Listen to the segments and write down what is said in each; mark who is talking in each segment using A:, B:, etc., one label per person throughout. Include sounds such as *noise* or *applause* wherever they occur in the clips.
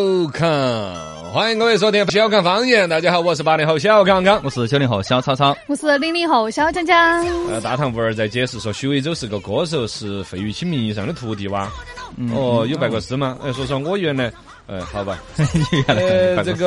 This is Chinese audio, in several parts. A: Welcome，欢迎各位收听小刚方言。大家好，我是八零后小刚刚。
B: 我是九零后小超超，
C: 我是零零后小江江，
A: 呃，大唐无儿在解释说，许魏洲是个歌手，是费玉清名义上的徒弟哇。
B: 嗯
A: 哦，有拜过师吗？哎，说说我原来，呃，
B: *laughs*
A: 好吧， *laughs* 呃，这个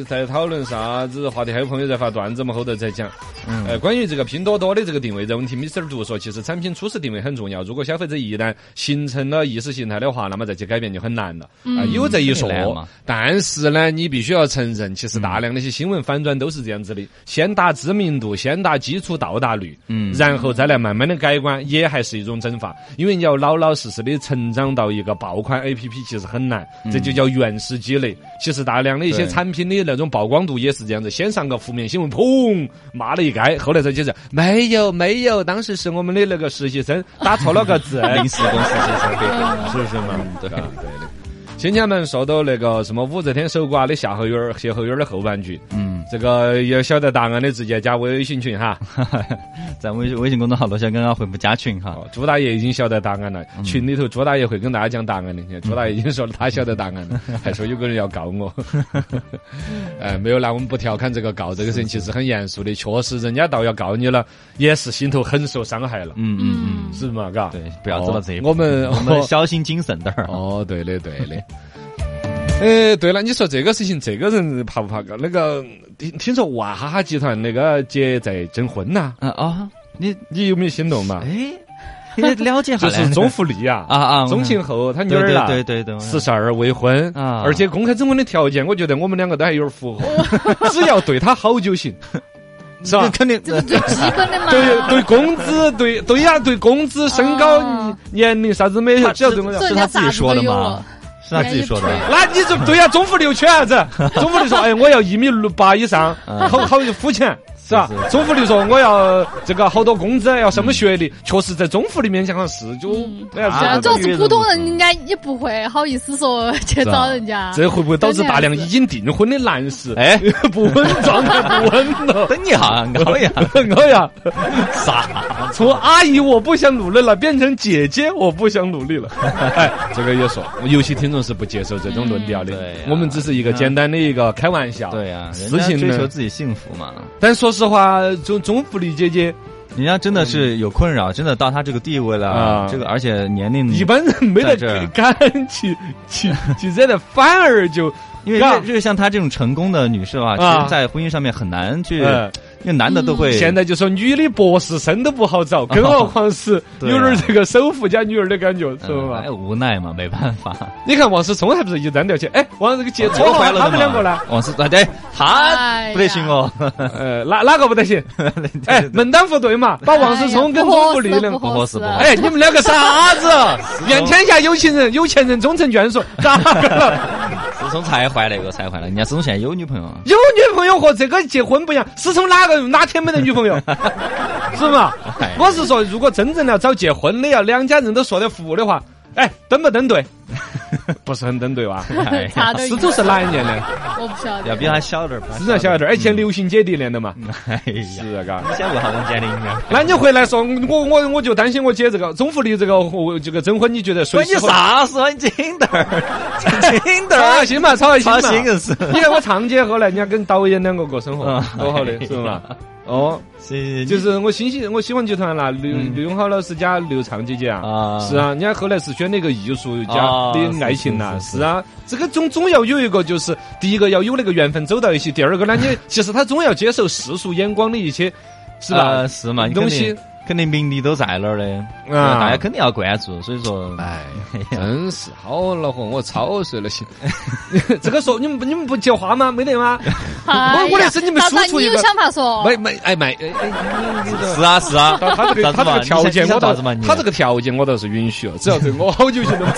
A: 呃在讨论啥子话题？还有朋友在发段子嘛，后头再讲。
B: 嗯
A: 呃，关于这个拼多多的这个定位这个问题，Mr. 读说，其实产品初始定位很重要。如果消费者一旦形成了意识形态的话，那么再去改变就很难了。啊，有这一说
B: 嗯很难嘛，
A: 但是呢，你必须要承认，其
B: 嗯
A: 实大量那些新闻反转都是这样子的：先打知名度，先打基础到达率，嗯，然后再来慢慢的改观，也还是一种整法。因为你要老老实实的成长到一个爆款 APP，其实很难，这就叫原始积累。其实大量的一些
B: 嗯对
A: 产品的那种曝光度也是这样子，先上个负面新闻，砰骂了一街，后来才解释没有没有，当时是我们的那个实习生打错了个字，
B: 临时工实习生，
A: 是不是嘛？
B: 对
A: 啊对的。先前我们说到那个什么武则天守寡的夏侯渊儿、歇后语儿的后半句，
B: 嗯，
A: 这个要晓得答案的直接加微信群哈。
B: 在微微信公众号罗小刚刚回复加群哈，
A: 哦，朱大爷已经晓得答案了，
B: 嗯
A: 群里头朱大爷会跟大家讲答案的。你看朱大爷已经说了他晓得答案
B: *laughs*
A: 了，还说有个人要告我。 *laughs* 哎，没有啦，我们不调侃这个告这个事情，其实很严肃的。确实，人家到要告你了，也是心头很受伤害了，
B: 嗯嗯
A: 是嘛？嘎，
B: 嗯，对，不要走到这一
A: 哦
B: 步，
A: 我们 *laughs*
B: 我们小心谨慎点儿，
A: 哦，对的，对
B: *laughs*
A: 的。哎，对了，你说这个事情，这个人怕不怕个？那个听听说娃哈哈集团那个姐在征婚呐、
B: 啊啊，你
A: 你有没有心动嘛？
B: 哎，你了解
A: *laughs* 就
B: 下来
A: 是钟福利
B: *laughs*
A: 啊
B: 啊啊，
A: 钟庆后他
B: 我
A: 女儿啦，
B: 对对对对，
A: 十二未婚
B: 啊
A: 而且公开征婚的条件，我觉得我们两个都还有点符
B: *laughs*
A: 合，只要对他好就行，是吧
B: 这？肯定
C: 这不最基本的嘛。
A: 对对，工资对对呀，对工资、身高、
C: 啊
A: 年龄啥子没有，只要对我
C: 这
B: 是
C: 人
B: 他
C: 家
B: 自己
C: 咋子
B: 说
C: 都
B: 的
C: 有
B: 嘛
C: 了，
B: 是他自己说的，
A: 那你这对呀、中福利又缺啥子？中福利说，哎，我要一米六八以上，好好肤浅，是吧
B: 嗯是是？嗯
A: 中福利说，我要这个好多工资，要什么学历？确实，在中福利面前好像是就哎没
C: 是
A: 啥
C: 啊，
A: 子
C: 主
A: 的。
C: 要是普通人应该也不会好意思说去找人家。
A: *laughs* 这会不会导致大量已经订婚的男士
B: 哎，
A: *laughs* 不稳状态不稳了？
B: 等一下，熬 *laughs* 一下，
A: 我呀，
B: 啥？
A: 从阿姨我不想努力了，变成姐姐我不想努力了。哎，这个也说，有些听众是不接受这种论调的
B: 嗯对呀。
A: 我们只是一个简单的一个开玩笑。
B: 对呀，人
A: 事
B: 家
A: 情
B: 追
A: 呢
B: 求自己幸福嘛。
A: 但说实话，中中福利姐姐
B: 人家真的是有困扰，真的到他这个地位了，
A: 啊
B: 这个而且年龄
A: 一，般人没得
B: 嗯在这
A: *laughs*
B: 儿
A: 敢去去去惹的，反而
B: *laughs*
A: 就
B: 因为
A: 啊
B: 越越像她这种成功的女士啊，其
A: 啊
B: 实，在婚姻上面很难去，
A: 嗯
B: 因为男的都会
A: 现在就说女的博士生都不好找，更何况是有
B: *laughs* 对啊
A: 点儿这个首富加女儿的感觉，是
B: 嗯
A: 吧
B: 哎？无奈嘛，没办法。
A: 你看王思聪还不是一单调去？哎，王这个姐错
B: 又怀了
A: 他们两
B: *laughs*
A: 个呢？？
B: 王思啊，对，他
C: 哎
B: 不得行哦。
A: 呃，哪哪个不得行？
B: *laughs*
A: 哎，门当户对嘛，把王思聪跟钟福利两
C: 不
A: 个。
C: 合适，
B: 不合适
A: 哎，你们两个啥子？愿天下有情人，有钱人终成眷属，咋个了？
B: *laughs* 思聪才怀了一个，才怀了。人家思聪现在有女朋友，啊
A: *laughs* 有女朋友和这个结婚不一样，是从哪个哪天没得女朋友，是吗
B: 哎？
A: 我是说，如果真正要找结婚的，要两家人都说得服的话，哎，登不登对？不是很登对吧？
B: 哎呀
C: 查
A: 狮啊子是哪一年的？
C: 我不晓
B: 要
C: 得。
B: 比他小点儿，
A: 狮子小
B: 嗯
A: 一点，哎，以前流行姐弟恋的嘛，
B: 哎呀，
A: 是啊，嘎。
B: 你先问下我姐的音乐。
A: 那你回来说，我我我就担心我姐这个中福利这个我这个征婚，你觉得谁
B: 关你
A: 适
B: *laughs*
A: 合？
B: 啥事啊？你轻点儿，轻点
A: 操
B: 儿，
A: 心嘛，操心
B: 操
A: 嘛。
B: 心啊硬是。
A: 你看我堂姐后来人家跟导演两个
B: *laughs*
A: 过生活
B: 嗯，
A: 多好的，是嘛？哦，
B: 是
A: 就是我新喜我喜欢集团啦，刘
B: 嗯
A: 刘永浩老师加刘畅姐姐啊。
B: 啊，
A: 是啊，人家后来是选那个艺术家
B: 啊
A: 的爱情呐，
B: 是是是
A: 是啊，这个总总要有一个，就是第一个要有那个缘分走到一
B: *laughs*
A: 起，第二个呢，你其实他总要接受世俗眼光的一些，是吧
B: 呃？是嘛？你
A: 东
B: 肯
A: 西
B: 定肯定名利都在那儿的，
A: 啊
B: 大家肯定要关注。所以说，
A: 哎，真是好恼火，我操碎了心。 *laughs* 这个说你们不你们不接话吗？没得吗？
C: 哎呀
A: 我的是你们输
C: 大
A: 出
C: 哥，
A: 一
C: 你
A: 个
C: 有想法说？
A: 没没哎没哎哎，你你这
B: 是啊是
A: *laughs*
B: 啊，
A: 他他这个
B: 啥子嘛
A: 他这个条件
B: 你想你想
A: 我
B: 咋
A: 倒
B: 子嘛你
A: 他这个条件我倒是允许了，只要对我好就行 *laughs* 了。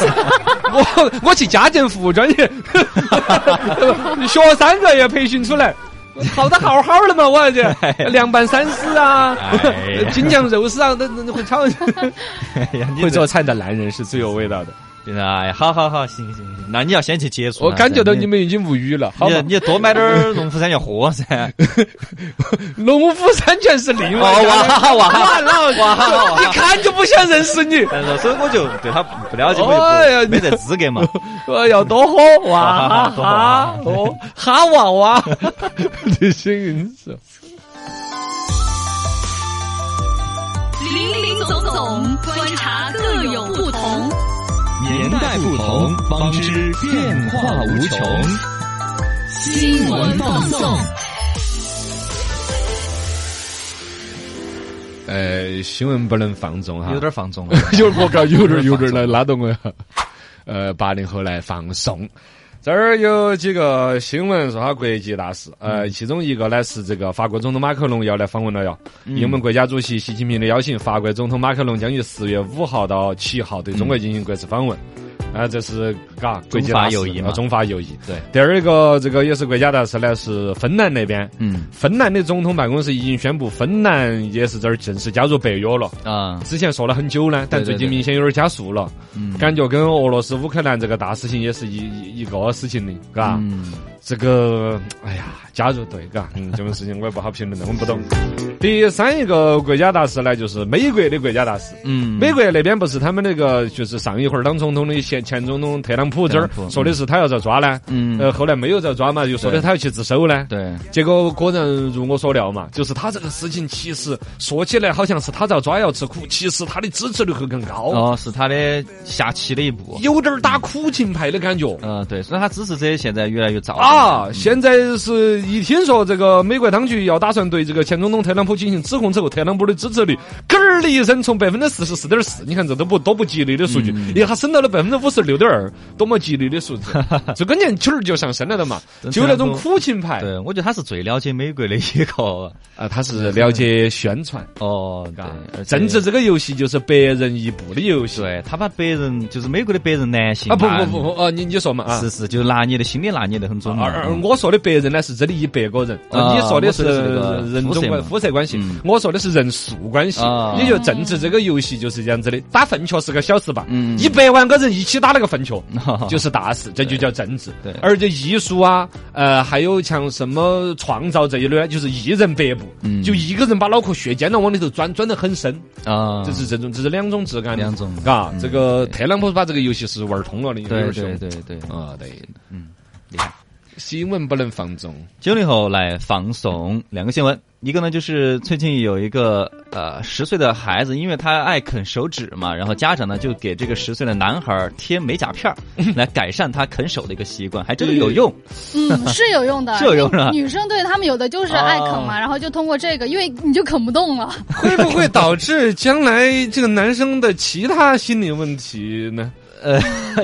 A: 我我去家政服务专业， *laughs* 学三个月培训出来。考得好好的嘛，我 *laughs* 要去凉拌三丝啊
B: 哎呀，
A: 京酱肉丝啊，那那那会炒，
B: 哎呀， *laughs* 你
A: *laughs* 会
B: 这
A: 做菜的男人是最有味道的。
B: 真的哎，好好好，行行行，那你要先去接触啊。
A: *laughs* 我感觉到你
B: 们，
A: 们已经无语了，好
B: 你
A: 吧？
B: 你多买点儿农夫山泉喝噻。
A: 农夫山泉是另
B: *laughs*
A: *laughs*
B: 哦
A: 外一家的，
B: 哇哇哇哇！
A: 一看就不想认识你。
B: 但是哎所以我就对他不了解，我
A: 哎呀
B: 就
A: 你
B: 不没得资格嘛。
A: 呃，要多啊喝
B: 哇多
A: 哇 *laughs*
B: 喝哇
A: 哈哦哈啊娃娃， *laughs* 这些人是
D: 林林总总，观察各有不同。
E: 年代不同，方知变化无穷。
D: 新闻放送。
A: 呃，新闻不能放纵哈，
B: 有点放纵啊了。
A: *laughs* 有点我搞，有点有点来拉动我一下。 *laughs* 呃，八零后来放松。这儿有几个新闻说他国际大事，呃，其中一个呢是这个法国总统马克龙要来访问了哟。应我们国家主席习近平的邀请，法国总统马克龙将于四月五号到七号对中国进行国事访问。啊，这是嘎，国际
B: 中法
A: 大事
B: 友谊嘛
A: 啊中法友谊。
B: 对，
A: 第二个这个也是国家大事呢，是芬兰那边。
B: *laughs* 嗯
A: 芬兰的总统办公室已经宣布，芬兰也是这儿正式加入北约了。
B: 啊，
A: 之前说了很久呢，但
B: 对对
A: 最近明显有点加速了，
B: 嗯
A: 感觉跟俄罗斯乌克兰这个大事情也是一一一个事情的，嘎。
B: 嗯，
A: 这个，哎呀，加入队，
B: *laughs*
A: 嘎，嗯，这种事情我也不好评论的，我们不懂。第三一个国家大事呢，就是美国的国家大事。
B: 嗯
A: 美国那边不是他们那个，就是上一会儿当总统的前前总统特朗普这儿
B: 特朗普
A: 说的是他要遭抓呢，
B: 嗯
A: 呃，后来没有遭抓嘛，又说的
B: 对
A: 他要去自首呢，
B: 对，
A: 结果果然如我所料嘛，就是他这个事情，其实说起来好像是他遭抓要吃苦，其实他的支持率会更高，
B: 哦，是他的下棋的一步。
A: 有点儿打苦情牌的感觉。
B: 嗯，对，所以他支持者现在越来越躁动
A: 啊！现在是一听说这个美国当局要打算对这个前总统特朗普进行指控之后，特朗普的支持率咯儿的一声从百分之四十四点四，你看这都不多不吉利的数据，
B: 嗯
A: 一下升到了百分之五十六点二，多么吉利的
B: *laughs*
A: 数字！这个年气儿就上升了的嘛，就有那种苦情牌
B: 啊对，我觉得他是最了解美国的一个 *laughs*
A: 啊，他是了解宣传。
B: 哦，对
A: 啊，
B: 而且
A: 政治这个游戏就是白人一步的游戏。
B: 对他把白人就是美国的白人男性
A: 啊，不
B: 拿
A: 不不不，哦，你你说嘛啊
B: 是。是，就拿捏的心里拿捏的很准嘛。
A: 而而我说的白人呢是真的一百个人，哦
B: 啊
A: 你说的是
B: 我说的是那个
A: 人种
B: 肤色
A: 关
B: 嘛
A: 肤色关系
B: 嗯，
A: 我说的是人数关系
B: 啊。
A: 也就政治这个游戏就是这样子的，打粪球是个小事吧
B: 嗯，，
A: 一百万个人一起打那个粪球就是大事，这就叫政治
B: 对。
A: 而且艺术啊，呃，还有像什么创造这一类呢，就是一人百步，
B: 嗯
A: 就一个人把脑壳血浆了往里头钻，钻得很深。
B: 啊，
A: 这是这种，这是两种嗯质感的，
B: 两种
A: 嘎。这个特朗普把这个游戏是玩通了的，有
B: 对
A: 点
B: 对
A: 凶
B: 对对。
A: 啊，对，
B: 嗯，
A: 厉害。新闻不能放纵，
B: 九零后来放送两个新闻，一个呢就是最近有一个呃十岁的孩子，因为他爱啃手指嘛，然后家长呢就给这个十岁的男孩儿贴美甲
A: *laughs*
B: 片儿，来改善他啃手的一个习惯，还真的有用。
C: 嗯，是有用的，
B: 是有用的
C: 因为女生对他们有的就是爱啃嘛，然后就通过这个，因为你就啃不动了。
A: 会不会导致将来这个男生的其他心理问题呢？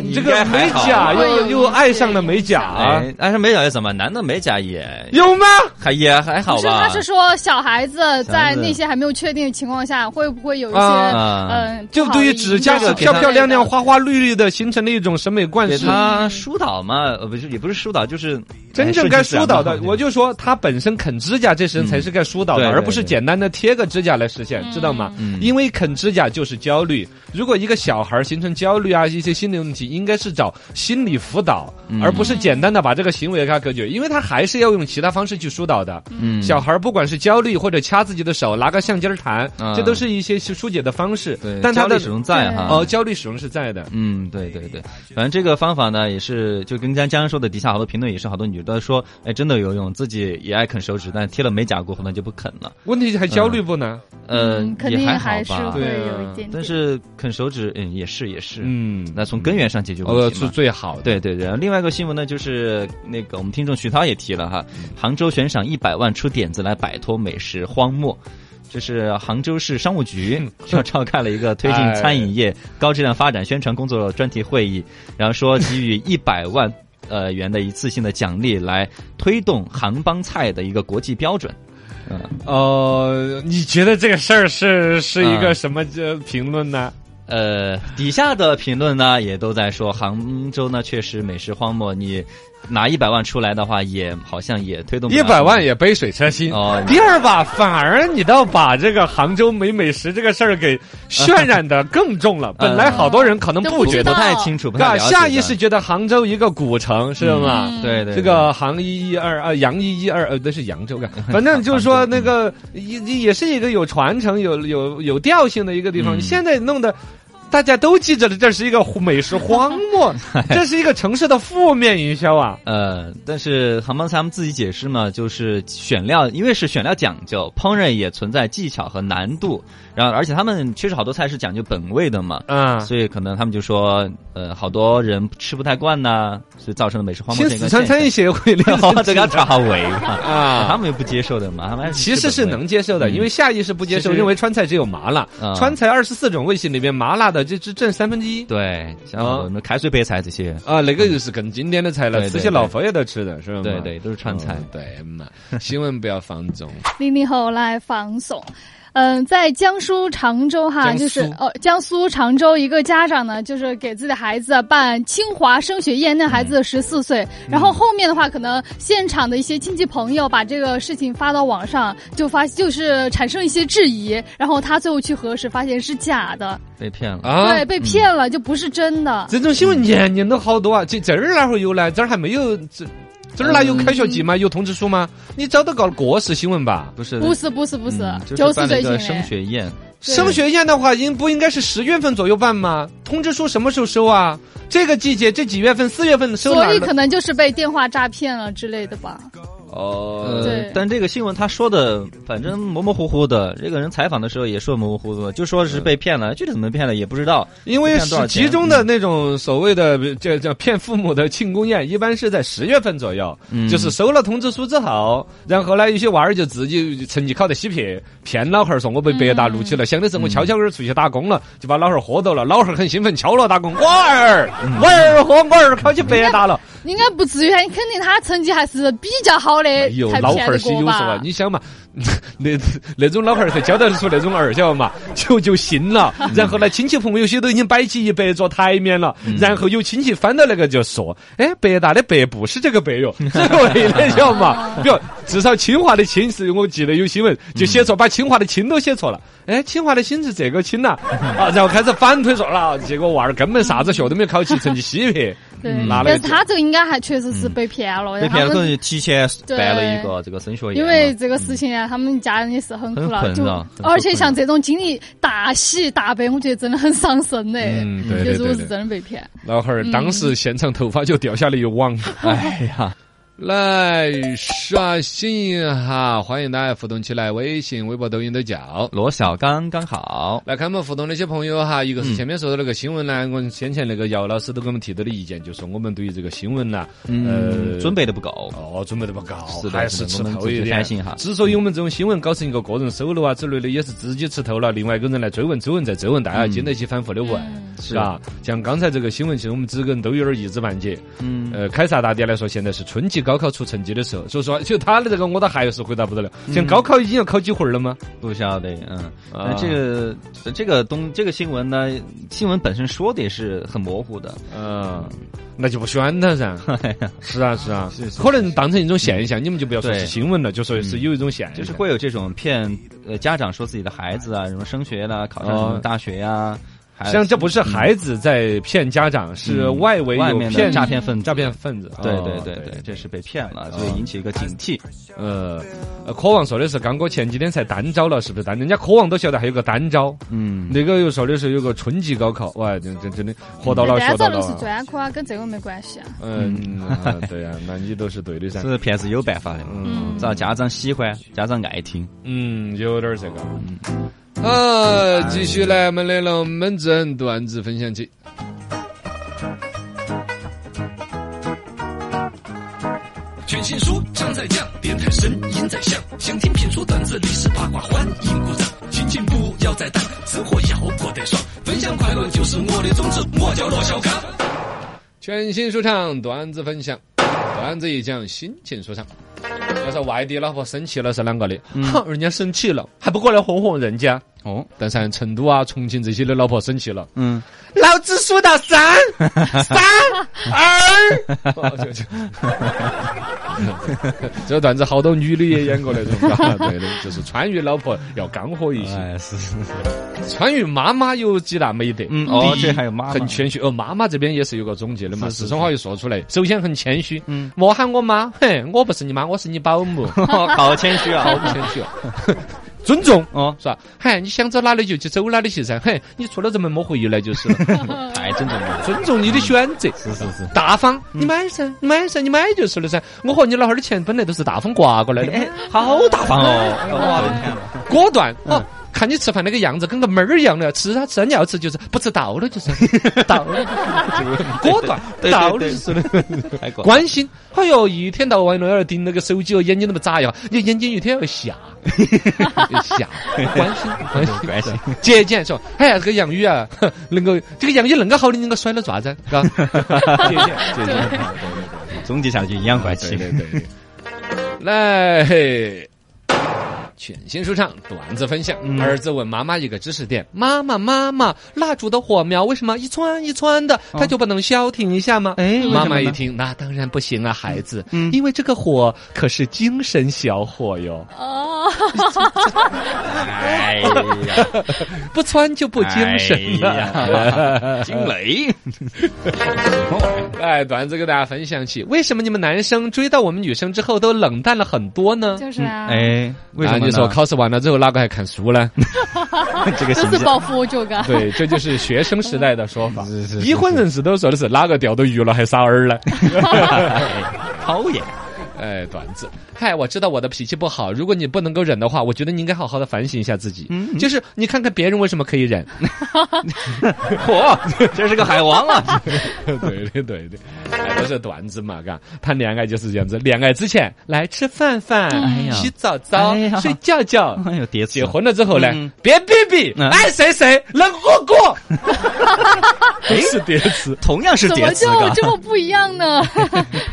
B: 你
A: *laughs* 这个美甲
C: 会有
A: 又
C: 一
A: 又
C: 些
A: 爱上了美甲，
B: 啊
A: 啊
B: 哎，但是美甲有什么？男的美甲也
A: 有吗？
B: 还也还好
C: 不是，
B: 吧？
C: 他是说小孩子
B: 小
C: 在
B: 孩子
C: 那些还没有确定的情况下，会不会有一些
A: 啊
C: 嗯，
A: 就
C: 不好的
A: 对于指甲
C: 影响
A: 是漂漂亮亮、
C: 之类的。
A: 花花绿绿的，形成了一种审美惯
B: 给
A: 式。
B: 他疏导嘛，呃，不是也不是疏导，就是
A: 真正该疏导的，我
B: 就
A: 就说他本身啃指甲这事情才是该疏导
B: 对
A: 的，
B: 对
A: 而不是简单的贴个指甲来实现，知道吗？
B: 嗯
A: 因为啃指甲就是焦虑。如果一个小孩形成焦虑啊，一些心理问题，应该是找心理辅导，
B: 嗯
A: 而不是简单的把这个行为给他隔绝，因为他还是要用其他方式去疏导的。
B: 嗯
A: 小孩不管是焦虑或者掐自己的手，拿个橡筋儿弹
B: 嗯，
A: 这都是一些疏解的方式
B: 对，，
A: 但他
B: 焦虑
A: 的
B: 始终在哈。
A: 哦焦虑始终是在的。
B: 嗯，对对对，反正这个方法呢，也是就跟江江说的，底下好多评论也是好多女的说，哎，真的有用，自己也爱啃手指，但贴了美甲过后呢就不啃了，
A: 问题还焦虑不呢？
B: 呃，
C: 嗯，肯
B: 也
C: 定
B: 好
C: 是
B: 吧
C: 会，
A: 对
C: 有
A: 啊
C: 一点点。
B: 但是啃手指，嗯，也是也是，
A: 嗯，
B: 那从根源上解决
A: 呃
B: 问题
A: 是
B: 嘛。
A: 最好的。
B: 对对对，另外一个新闻呢，就是那个我们听众徐涛也提了哈，杭州悬赏一百万出点子来摆脱美食荒漠。就是杭州市商务
A: 嗯
B: 局 *laughs* 就召开了一个推进餐饮
A: 哎
B: 业高质量发展宣传工作专题会议，然后说给
A: *laughs*
B: 予一百万呃元的一次性的奖励来推动杭帮菜的一个国际标准。
A: 呃，你觉得这个事儿是是一
B: 嗯
A: 个什么这评论呢？
B: 呃，底下的评论呢也都在说，杭州呢确实美食荒漠，你拿一百万出来的话，也好像也推动不
A: 一
B: 了
A: 百万也杯水车薪。
B: 哦
A: 第二吧，反而你倒把这个杭州没美食这个事儿给渲染的更重了。本来好多人可能
C: 都
A: 不
C: 不
A: 觉
C: 知
A: 得
C: 道
B: 不，太清嗯楚，不太
A: 啊，
B: 了解的
A: 下意识觉得杭州一个古城是吗？
C: 嗯
B: 对对
A: 这个杭一一二啊，杨一一二呃，那是
B: *laughs*
A: 扬州的，反正就是说那个也也是一个有传承、有有有调性的一个地方。
B: 嗯
A: 现在弄的。大家都记着了，这是一个美食荒
B: *laughs*
A: 漠，这是一个城市的负面营销啊！
B: 呃，但是杭帮菜他们自己解释嘛，就是选料，因为是选料讲究，烹饪也存在技巧和难度，然后而且他们确实好多菜是讲究本味的嘛，
A: 啊，
B: 所以可能他们就说，呃，好多人吃不太惯呐、所以造成了美食荒漠
A: 新
B: 这样一
A: 四
B: 个
A: 川
B: 现
A: 餐饮
B: 象。哦
A: 协会
B: *laughs*
A: 里
B: 这个大为嘛，
A: 啊，
B: 他们又不接受的嘛，他们还
A: 其实
B: 吃
A: 是
B: 本味
A: 能接受的，
B: 嗯
A: 因为下意识不接受，
B: 其实
A: 认为川菜只有麻辣
B: 啊。
A: 川菜二十四种味型里面，麻辣的就只占三分之一。
B: 对，像好多什么开水白菜这些，
A: 啊，那个就是更经典的菜
B: 对
A: 了，
B: 对
A: 慈禧老佛爷都吃的是吧？
B: 对对，都是川菜。
A: 嗯对嘛，新闻不要放 *laughs* 纵。
C: 零零后来放送。嗯，在江苏常州哈，
A: 江苏
C: 就是哦，江苏常州一个家长呢，就是给自己的孩子啊办清华升学宴，那孩子十四岁，然后后面的话，可能现场的一些亲戚朋友把这个事情发到网上，就发就是产生一些质疑，然后他最后去核实，发现是假的，
B: 被骗了。
A: 啊，嗯
C: 对，被骗了，就不是真的。
A: 这种新闻年年都好多啊，这这儿哪会有呢？这儿还没有这。这儿哪有开学季
B: 嗯
A: 吗？有通知书吗？你早都搞过时新闻吧？
B: 不是
C: 不是不是不是
B: 嗯，就
C: 九
B: 是
C: 四
B: 办了
C: 岁
B: 一个
C: 行哎为。
B: 升学宴，
C: 对
A: 升学宴的话，应不应该是十月份左右办吗？通知书什么时候收啊？这个季节这几月份？四月份收哪
C: 所
A: 儿
C: 以
A: 了
C: 可能就是被电话诈骗了之类的吧。
A: 哦
B: 呃
C: 对，
B: 但这个新闻他说的，反正模模糊糊的。这个人采访的时候也说模模糊糊的，就说是被骗了，具体怎么骗了也不知道。
A: 因为是其中的那种所谓的这叫骗父母的庆功宴，一般是在十月份左右，
B: 嗯
A: 就是收了通知书之后，然后呢，有些娃儿就自己成绩考得稀撇，骗老汉儿说我被北大录
B: 嗯
A: 取了，想的是我悄悄儿出去打工了，就把老汉儿喝到了，老汉儿很兴奋，敲锣打鼓，我儿，
B: 嗯
A: 我儿和我儿考起北大了，
C: 应该不至于，肯定他成绩还是比较好的
A: 哎，呦，
C: 才
A: 老汉
C: 骗
A: 儿
C: 得
A: 是有
C: 过
A: 时候
C: 吧
A: 啊，？你想嘛， *laughs* 那那种老汉儿才教得出那种儿，晓得嘛， *laughs* 就就信了。
C: 嗯
A: 然后呢，亲戚朋友有些都已经摆起一百桌台面了，
C: 嗯
A: 然后有亲戚翻到那个就说：“哎，北大的北不是这个北哟， *laughs* 这个为的，晓得
C: 哦
A: 嘛？比如至少清华的清是我记得有新
C: 嗯
A: 闻就写错，把清华的清都写错了。哎，清华的清是这个清
C: *laughs*
A: 呐，啊，然后开始反推说了，结果娃儿根本啥子学都没有考起，成绩稀撇。
C: 对，
A: 嗯拿
C: 但
A: 了
C: 是他这个应该还确实是被骗了，
B: 嗯被
C: 哎他
B: 骗了，可能
C: 们
B: 就提前办了一个这个升学宴嘛。
C: 因为这个事情啊，他们家人也是很苦
B: 啊很困
C: 恼，就
B: 扰很
C: 而且
B: 困
C: 像
B: 扰
C: 这种经历大喜大悲，我觉得真的很伤身的。
A: 嗯对对
C: 就如果
A: 对对
C: 是真的被骗，
A: 老汉儿当时
C: 嗯
A: 现场头发就掉下了一网。
B: *laughs* 哎呀，
A: 来刷新一下，欢迎大家互动起来，微信、微博、抖音都叫。
B: 罗小刚刚好，
A: 来看我们互动那些朋友哈，一个是前面说的那个新闻呢，我们先前那个姚老师都给我们提到的意见，就说我们对于这个新闻呢，
B: 嗯，
A: 呃，
B: 准备的不够。
A: 哦，准备的不高，
B: 是的
A: 还是
B: 是
A: 吃
B: 的我们
A: 透一
B: 自己
A: 点
B: 反省哈。
A: 之所以我们这种新闻搞成一个个人 solo 啊之类的，也是自己吃透了，另外一个人来追问、追问再追问，大
B: 嗯
A: 家经得起反复的问，是吧？像刚才这个新闻，其实我们几个人都有点一知半解。
B: 嗯，
A: 呃，凯撒大典来说，现在是春季高考出成绩的时候，所以说，就他的这个我倒还是回答不得了。
B: 嗯
A: 像高考已经要考几回了吗？
B: 不晓得，嗯，
A: 啊
B: 那这个这个东这个新闻呢，新闻本身说的也是很模糊的，
A: 嗯，那就不选他
B: *laughs*
A: 噻。
B: 哎
A: 是啊，是啊，可能当成一种现象，你们就不要说
B: 对嗯
A: 是新闻了，就说是有一种现象。
B: 就是会有这种骗呃家长说自己的孩子啊，什么升学啦，考上什么大学呀、还有
A: 哦像这不是孩子在骗家长，是
B: 嗯
A: 外围
B: 外
A: 有
B: 面的
A: 骗
B: 诈骗分子
A: 诈骗分子。
B: 对
A: 哦
B: 对对对，这是被骗了，所以引起一个警惕。
A: 呃，呃科王说的是刚哥前几天才单招了，是不是单？人家科王都晓得还有个单招。
B: 嗯，
A: 那个又说的是有个春季高考，哇，真真真的活到老
C: 但
A: 学
C: 这
A: 到
C: 招都
A: 老
C: 是
A: 啊。
C: 专科啊，跟这个没关系啊。
A: 嗯，啊对呀，那你都是对的噻。
B: 这骗是有办法的嘛，
C: 嗯
B: 只要家长喜欢，家长爱听。
A: 嗯，有点儿这个。好，继续来我们的龙门阵段子分享起。
E: 全情书唱在酱，电台声音在响，想听评书段子历史八卦欢迎鼓掌，心情不要再淡，生活要过得爽，分享快乐就是我的宗旨，我叫罗小刚。
A: 全新说唱段子分享，段子一讲心情舒畅。要是外地老婆生气了是啷个的？哼、人家生气了还不过来哄哄人家？
B: 嗯哦，
A: 但是成都啊、重庆这些的老婆生气了，
B: 嗯，
A: 老子数到三， *laughs* 三二，哦就就 *laughs* 这个段子好多女的也演过
B: *laughs*
A: 那种，嘎对的，就是川渝老婆要干货一些。
B: 哎是，是是
A: 川渝妈妈有几大美德？
B: 嗯哦
A: 第一
B: 这还有妈妈
A: 很谦虚。哦，妈妈这边也是有个总结的嘛，
B: 是是
A: 四川话又说出来，首先很谦虚，
B: 嗯，
A: 莫喊我妈，嘿，我不是你妈，我是你保姆，
B: 好谦虚
A: 好不
B: 啊，
A: 谦虚啊，尊重。
B: 哦，
A: 是吧？嗨，你想走哪里就去走哪里去噻。嘿，你出了这门莫回来就是了。
B: 太尊重了，
A: 尊重你的选择，
B: 是是是，
A: 大方，你买噻，你买噻，你买就是了噻。我和你老汉儿的钱本来都是大风刮过来的，
B: 哎，好大方哦，我的天哪，
A: 果断哦。看你吃饭那个样子，跟个妹儿一样的，吃啊吃啊，你要吃就是，不吃倒了就是，倒了就是，果断
B: 对
A: 倒
B: 对
A: 了
B: 对
A: 就是了。
B: 太乖，
A: 关心，哎呦，一天到晚那儿盯那个手机哦，眼睛那么眨一下，你眼睛一天要瞎，要瞎，关心关心。
B: 关系，
A: 节俭说，哎呀，这个洋芋啊， *laughs* 哼能够这个洋芋恁个好的，恁个甩了爪子，
B: *laughs*
A: 嘎，节俭节俭，
B: 总结下来就阴阳怪气，
A: 对对。 *laughs* 来，嘿全新说唱段子分享。
B: 嗯
A: 儿子问妈妈一个知识点：妈妈，妈妈，蜡烛的火苗为什么一串一串的，它就不能消停一下吗？
B: 哦哎为什么
A: 妈
B: 呢
A: 妈一听，那当然不行啊，孩子，
B: 嗯
A: 因为这个火可是精神小火哟，
C: 哦， *laughs*
B: 哎呀，
A: 不穿就不精
B: 哎
A: 神
B: 啊
A: 了。
B: *laughs* 了，惊雷，
A: 哎，段子给大家分享起，为什么你们男生追到我们女生之后都冷淡了很多呢？
C: 就是啊，
B: 哎，为什么
A: 啊
B: 呢
A: 你说考试完了之后哪个还看书 *laughs* 呢？
B: 这个
C: 都
B: 形
C: 是
B: 象？
C: 报复这个。
A: 对，这就是学生时代的 *laughs* 说法。
B: 是是是
A: 已婚人士都说的是哪个钓到鱼了还撒饵儿呢？
B: 哎讨厌，
A: 哎，段子，嗨，我知道我的脾气不好，如果你不能够忍的话，我觉得你应该好好的反省一下自己。就是你看看别人为什么可以 *laughs* 忍。
B: 嚯，这是个海王啊！
A: 对的，对的，哎都是段子嘛，嘎。谈恋爱就是这样子，恋爱之前来吃饭饭，
B: 哎呀
A: 洗澡澡，
B: 哎呀
A: 睡觉觉。
B: 哎呦，叠词
A: 结婚了之后呢
B: 嗯，
A: 别比比，
B: 嗯
A: 爱谁谁，冷火
B: *laughs*
A: 锅，都是叠 *laughs* 词。
B: 同样是
C: 怎
B: 叠
C: 么
B: 词
C: 就
B: 嘎，
C: 这么不一样
B: *laughs*
C: 呢？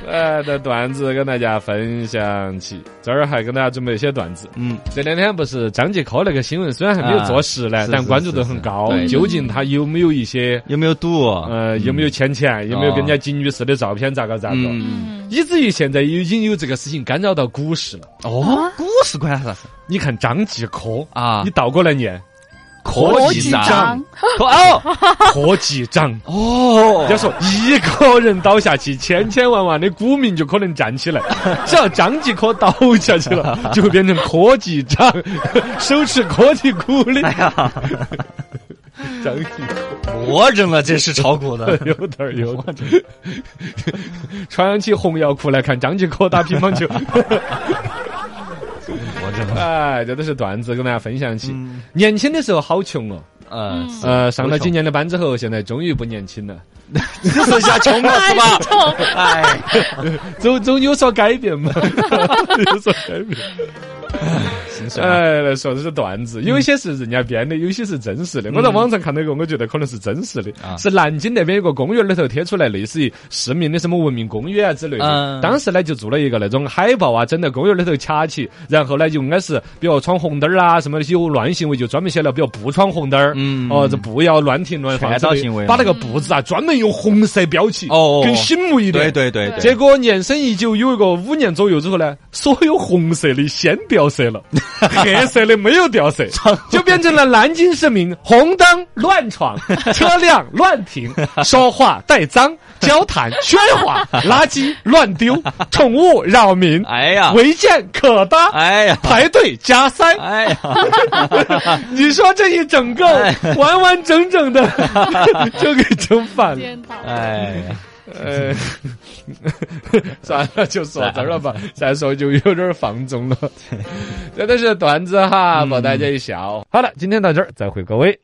A: 呃，的段子跟大家分享起，这儿还跟大家准备一些段子。
B: 嗯，
A: 这两天不是张继科那个新闻，虽然还没有坐实
B: 啊
A: 呢
B: 是，
A: 但
B: 是
A: 关注
B: 是
A: 度
B: 是
A: 很高
B: 对。嗯
A: 究竟他有没有一些
B: 有没有啊赌？
A: 呃，有没有欠钱，有没有跟人家金女士的照片咋个咋个？
B: 嗯，
C: 嗯，
A: 以至于现在已经有这个事情干扰到股市了。
C: 啊
B: 哦，股市关啥事
A: 你看张继科
B: 啊
A: 你倒过
B: *laughs*
A: 来念，
B: 科技
C: 长
B: 涨，科哦
A: 科技涨。
B: 哦
A: *laughs* 人家说一个人倒下去，千千万万的股民就可能站
B: *laughs*
A: 起来。只要张继科倒下去了，就会变成科技涨， *laughs* 手持科技股的
B: 哎呀，
A: *laughs* 张继科，，
B: 魔怔了，这是炒股的
A: 有点儿有点 *laughs* 儿。穿起红腰裤来看张继科打乒乓
B: *laughs*
A: 球。
B: 魔怔了。
A: 哎，这都是段子跟大家分享起。年轻的时候好穷哦，
B: 嗯，
A: 呃，上了今年的班之后，现在终于不年轻了，
B: 剩下穷了是
C: *laughs*
B: 吧？哎，
A: 总总有所改
B: *laughs*
A: 变嘛， *laughs* 有所改变。
B: 心酸啊。
A: 哎，来说的是段
B: 嗯
A: 子，有些是人家编的，有些是真实的。我在网上看到一个，我觉得可能是真实的
B: 啊，
A: 是南京那边有个公园里头贴出来类似于市民的什么文明公园啊之类的
B: 嗯。
A: 当时呢就做了一个那种海报啊，整到公园里头掐起，然后呢就应该是比如闯红灯儿啊什么的有乱行为，就专门写了，比如不闯红灯儿，
B: 嗯
A: 哦这不要乱停乱放
B: 劝
A: 之
B: 导
A: 类
B: 行为
A: 把
B: 嘛
A: 那个布字啊专门用红色标起，
B: 哦
A: 更醒目一点。
B: 对对对对，
A: 结果延伸已久有一个五年左右之
B: *laughs*
A: 后呢，所有红色的先掉色了，黑色的没有掉色，就变成了南京市
B: *laughs*
A: 民红灯乱闯，车辆乱停，说话带
B: *laughs*
A: 脏，交谈喧哗，垃圾乱丢，宠物扰民，
B: 哎呀，
A: 违建可搭，
B: 哎呀，
A: 排队加塞。
B: 哎呀，
A: 你说这一整个
B: 哎
A: 完完整
B: *laughs*
A: 整的就给整反了。
C: 颠倒。
B: 哎呀，
A: 呃， *laughs* 算了，就说这儿了吧，再说就有点儿放 *laughs* 纵了。这都是段子哈，博大家一笑。好了，今天到这儿，再会各位。